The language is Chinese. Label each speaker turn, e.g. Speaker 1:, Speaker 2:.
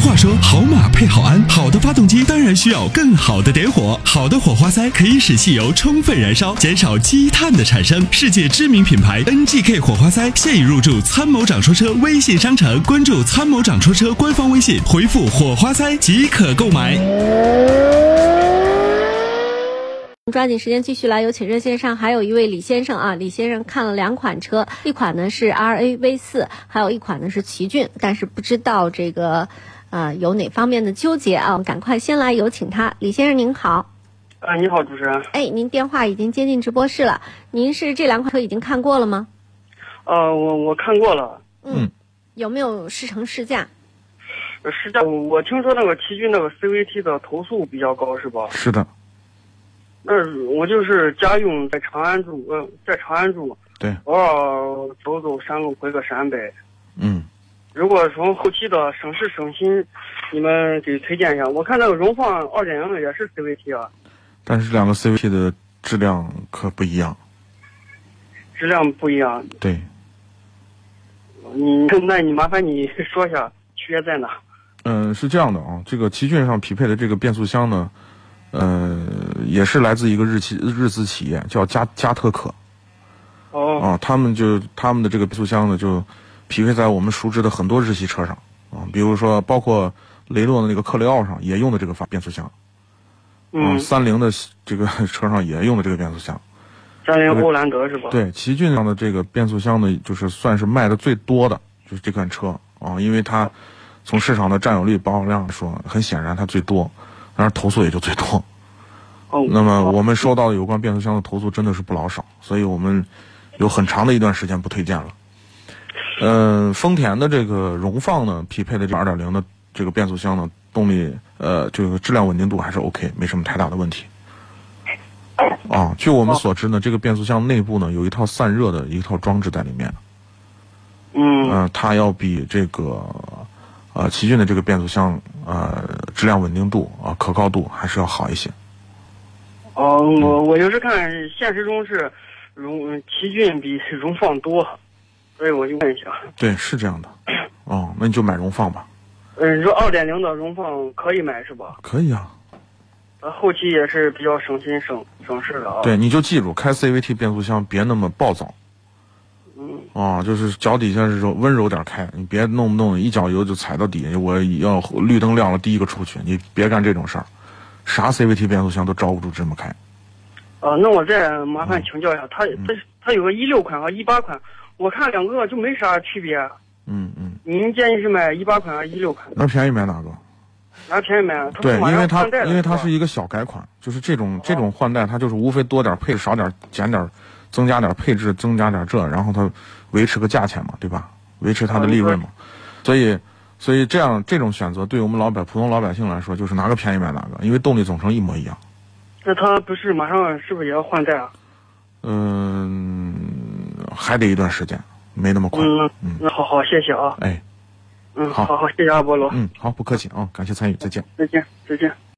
Speaker 1: 话说，好马配好鞍，好的发动机当然需要更好的点火。好的火花塞可以使汽油充分燃烧，减少积碳的产生。世界知名品牌 NGK 火花塞现已入驻参谋长说车微信商城，关注参谋长说车官方微信，回复火花塞即可购买。
Speaker 2: 抓紧时间继续来，有请热线上还有一位李先生啊，李先生看了两款车，一款呢是 R A V 四，还有一款呢是奇骏，但是不知道这个，呃，有哪方面的纠结啊？赶快先来有请他，李先生您好，
Speaker 3: 啊，你好，主持人。
Speaker 2: 哎，您电话已经接进直播室了，您是这两款车已经看过了吗？
Speaker 3: 呃，我我看过了，
Speaker 2: 有没有试乘试驾？
Speaker 3: 呃是这样，我我听说那个奇骏那个 CVT 的投诉比较高，是吧？
Speaker 4: 是的，
Speaker 3: 那我就是家用，在长安住，呃，在长安住，
Speaker 4: 对，
Speaker 3: 偶尔走走山路，回个陕北。
Speaker 4: 嗯，
Speaker 3: 如果从后期的省事省心，你们给推荐一下。我看那个荣放2.0的也是 CVT 啊，
Speaker 4: 但是两个 CVT 的质量可不一样。
Speaker 3: 质量不一样。
Speaker 4: 对，
Speaker 3: 你 那你麻烦你说一下区别在哪？
Speaker 4: 嗯、是这样的啊，这个奇骏上匹配的这个变速箱呢，呃，也是来自一个日企日资企业，叫加加特可
Speaker 3: 哦，
Speaker 4: 啊，他们就他们的这个变速箱呢，就匹配在我们熟知的很多日系车上啊，比如说包括雷诺的那个克雷奥上也用的这个发变速箱，啊
Speaker 3: 嗯，
Speaker 4: 三菱的这个 车上也用的这个变速箱。
Speaker 3: 三菱欧蓝德是吧？，
Speaker 4: 对，奇骏上的这个变速箱呢，就是算是卖的最多的，就是这款车啊，因为它从市场的占有率、保有量来说，很显然它最多，当然投诉也就最多。
Speaker 3: 哦，
Speaker 4: 那么我们收到的有关变速箱的投诉真的是不老少，所以我们有很长的一段时间不推荐了。呃，丰田的这个荣放呢，匹配的这个2.0的这个变速箱呢，动力呃，这个质量稳定度还是 OK，没什么太大的问题。啊，据我们所知呢，这个变速箱内部呢有一套散热的一套装置在里面，
Speaker 3: 嗯，
Speaker 4: 呃，它要比这个呃奇骏的这个变速箱呃质量稳定度啊、可靠度还是要好一些。
Speaker 3: 哦，我我就是看现实中是荣奇骏比 荣放多，所以我就问一下，
Speaker 4: 对，是这样的。哦，那你就买荣放吧。
Speaker 3: 嗯，你说二点零的荣放可以买是吧？
Speaker 4: 可以啊。
Speaker 3: 呃，后期也是比较省心省省事的啊。，
Speaker 4: 对，你就记住，开 CVT 变速箱别那么暴躁。
Speaker 3: 嗯。
Speaker 4: 啊，就是脚底下是柔温柔点开，你别弄不弄一脚油就踩到底下，我要绿灯亮了第一个出去，你别干这种事儿。啥 CVT 变速箱都招不住这么开。
Speaker 3: 啊，那我再麻
Speaker 4: 嗯
Speaker 3: 烦请教一下，它它它有个一六款和一八款，我看两个就没啥区别。
Speaker 4: 嗯嗯，
Speaker 3: 您建议是买一八款还是一六款？
Speaker 4: 那便宜买哪个？
Speaker 3: 拿便宜买？啊它不
Speaker 4: 对，
Speaker 3: 马
Speaker 4: 因为
Speaker 3: 上
Speaker 4: 它
Speaker 3: 换代了
Speaker 4: 因为它
Speaker 3: 吧哦
Speaker 4: 是一个小改款，就是这种这种换代，它就是无非多点儿配少点儿减点儿，增加点儿配置，增加点儿这，然后它维持个价钱嘛，对吧？维持它
Speaker 3: 哦
Speaker 4: 的利润嘛，所以所以这样这种选择对我们老百普通老百姓来说，就是拿个便宜买哪个，因为动力总成一模一样。
Speaker 3: 那它不是马上是不是也要换代啊？
Speaker 4: 嗯，还得一段时间，没那么快。
Speaker 3: 嗯
Speaker 4: 嗯，
Speaker 3: 那好好，谢谢啊。
Speaker 4: 哎，嗯
Speaker 3: 嗯，
Speaker 4: 好
Speaker 3: 好好，谢谢阿波罗。
Speaker 4: 嗯，好，不客气啊，感谢参与，再见。
Speaker 3: 再见，再见。